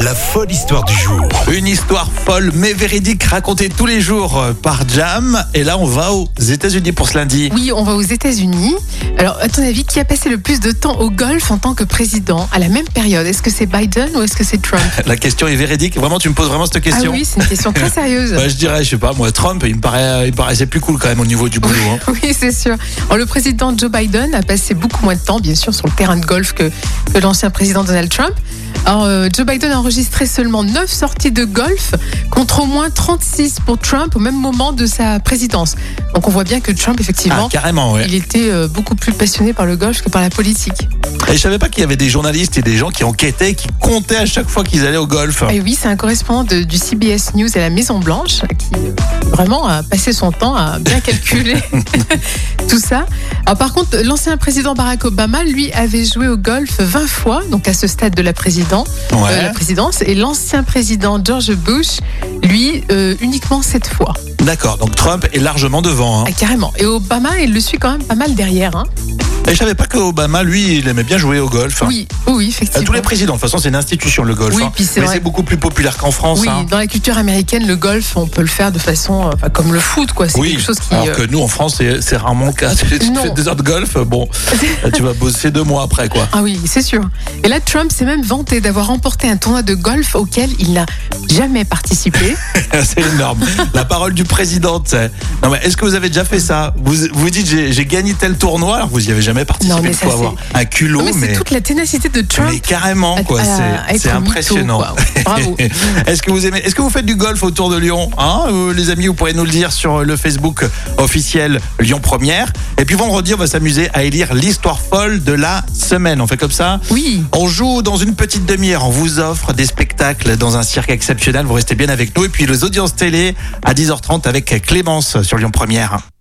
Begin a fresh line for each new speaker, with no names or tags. La folle histoire du jour.
Une histoire folle mais véridique racontée tous les jours euh, par Jam. Et là, on va aux États-Unis pour ce lundi.
Oui, on va aux États-Unis. Alors, à ton avis, qui a passé le plus de temps au golf en tant que président à la même période Est-ce que c'est Biden ou est-ce que c'est Trump
La question est véridique. Vraiment, tu me poses vraiment cette
Ah
question
oui, c'est une question très sérieuse.
Bah, Je dirais, je sais pas, moi, Trump, il me, paraît, euh, il me paraissait plus cool quand même au niveau du boulot. hein.
Oui, c'est sûr. Alors, le président Joe Biden a passé beaucoup moins de temps, bien sûr, sur le terrain de golf que, que l'ancien président Donald Trump. Alors, euh, Joe Biden a enregistré seulement 9 sorties de golf contre au moins 36 pour Trump au même moment de sa présidence. Donc, on voit bien que Trump,
Ah,
effectivement,
carrément, ouais.
il était euh, beaucoup plus passionné par le golf que par la politique.
Et je savais pas qu'il y avait des journalistes et des gens qui enquêtaient, qui comptaient à chaque fois qu'ils allaient au golf.
Et oui, c'est un correspondant de- du CBS News à la Maison Blanche qui euh, vraiment a passé son temps à bien calculer tout ça. Alors, par contre, l'ancien président Barack Obama, lui, avait joué au golf 20 fois, donc à ce stade de la, président, euh,
Ouais.
la présidence, et l'ancien président George Bush, lui, euh, uniquement 7 fois,
D'accord, donc Trump est largement devant. hein.
Ah, carrément. Et Obama, il le suit quand même pas mal derrière. Hein.
Et je savais pas que Obama, lui, il aimait bien jouer au golf. hein.
Oui, oui, oui,
Euh,
effectivement.
Tous les présidents, de toute façon, c'est une institution le golf.
Oui,
hein.
puis c'est
Mais
vrai.
c'est beaucoup plus populaire qu'en France.
Oui,
hein.
dans la culture américaine, le golf, on peut le faire de façon euh, enfin, comme le foot, quoi. C'est
Oui,
quelque chose qui.
alors
euh,
que nous en France c'est c'est rarement le cas. Tu, tu
Non.
fais deux heures de golf, bon, tu vas bosser deux mois après quoi.
Ah oui, c'est sûr. Et là, Trump s'est même vanté d'avoir remporté un tournoi de golf auquel il n'a jamais participé.
c'est énorme. La parole du président. tu sais. Non mais est-ce que vous avez déjà fait ça Vous vous dites j'ai j'ai gagné tel tournoi alors vous y avez jamais participé.
Non, mais
il
ça,
faut avoir un culot,
Non, mais c'est
mais,
toute la ténacité de Trump.
mais carrément
à-
quoi.
à- à
C'est
Ah, être
c'est
mytho,
impressionnant.
quoi. Bravo.
Est-ce que vous aimez Est-ce que vous faites du golf autour de Lyon hein Euh, Les amis, vous pourrez nous le dire sur le Facebook officiel Lyon Première. Et puis vendredi, on va s'amuser à élire l'histoire folle de la semaine. On fait comme ça
Oui.
On joue dans une petite demi-heure. On vous offre des spectacles dans un cirque exceptionnel. Vous restez bien avec nous. Et puis les audiences télé à 10h30 avec Clémence sur Lyon Première.